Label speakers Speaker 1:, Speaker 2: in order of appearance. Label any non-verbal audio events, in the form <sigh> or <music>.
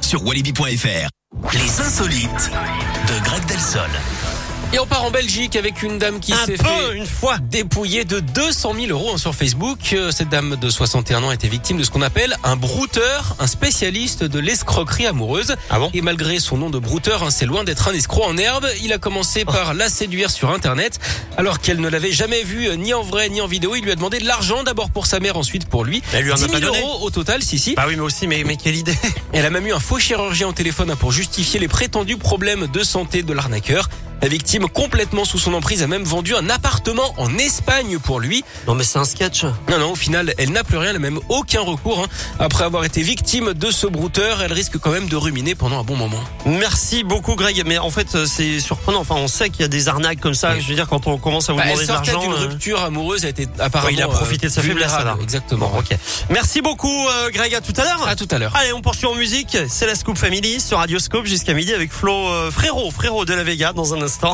Speaker 1: sur walibi.fr. Les insolites de Greg Delsol.
Speaker 2: Et on part en Belgique avec une dame qui
Speaker 3: Un
Speaker 2: s'est
Speaker 3: peu,
Speaker 2: fait
Speaker 3: une fois.
Speaker 2: dépouiller de 200 000 euros sur Facebook. Euh, Cette dame de 61 ans était victime de ce qu'on appelle un brouteur, un spécialiste de l'escroquerie amoureuse.
Speaker 3: Ah bon
Speaker 2: Et malgré son nom de brouteur, hein, c'est loin d'être un escroc en herbe. Il a commencé
Speaker 3: Oh.
Speaker 2: par la séduire sur Internet. Alors qu'elle ne l'avait jamais vu, euh, ni en vrai, ni en vidéo, il lui a demandé de l'argent, d'abord pour sa mère, ensuite pour lui.
Speaker 3: Elle lui en a
Speaker 2: 10 000
Speaker 3: pas donné
Speaker 2: euros au total, si, si.
Speaker 3: Bah oui, mais aussi, mais, mais quelle idée
Speaker 2: Elle a même eu un faux chirurgien au téléphone hein, pour justifier les prétendus problèmes de santé de l'arnaqueur. La victime, complètement sous son emprise, a même vendu un appartement en Espagne pour lui.
Speaker 3: <laughs> Non mais c'est un sketch.
Speaker 2: Non, non, au final, elle n'a plus rien, elle n'a même aucun recours. hein. Après avoir été victime de ce brouteur, elle risque quand même de ruminer pendant un bon moment.
Speaker 3: Merci beaucoup Greg, mais en fait euh, c'est surprenant. Enfin on sait qu'il y a des arnaques comme ça.
Speaker 2: Oui.
Speaker 3: Je veux dire quand on commence à vous
Speaker 2: Bah,
Speaker 3: demander
Speaker 2: elle
Speaker 3: de
Speaker 2: sortait
Speaker 3: l'argent.
Speaker 2: d'une
Speaker 3: euh,
Speaker 2: rupture amoureuse, elle était apparemment...
Speaker 3: Ouais, il a profité de sa
Speaker 2: euh,
Speaker 3: faiblesse,
Speaker 2: vulnérable.
Speaker 3: alors.
Speaker 2: Exactement.
Speaker 3: Bon, ok. Merci beaucoup euh, Greg, à tout à l'heure.
Speaker 2: À tout à l'heure.
Speaker 3: Allez, on poursuit en musique. C'est la Scoop Family sur Radio Scoop jusqu'à midi avec Flo euh, Frérot, Frérot de la Vega dans un instant.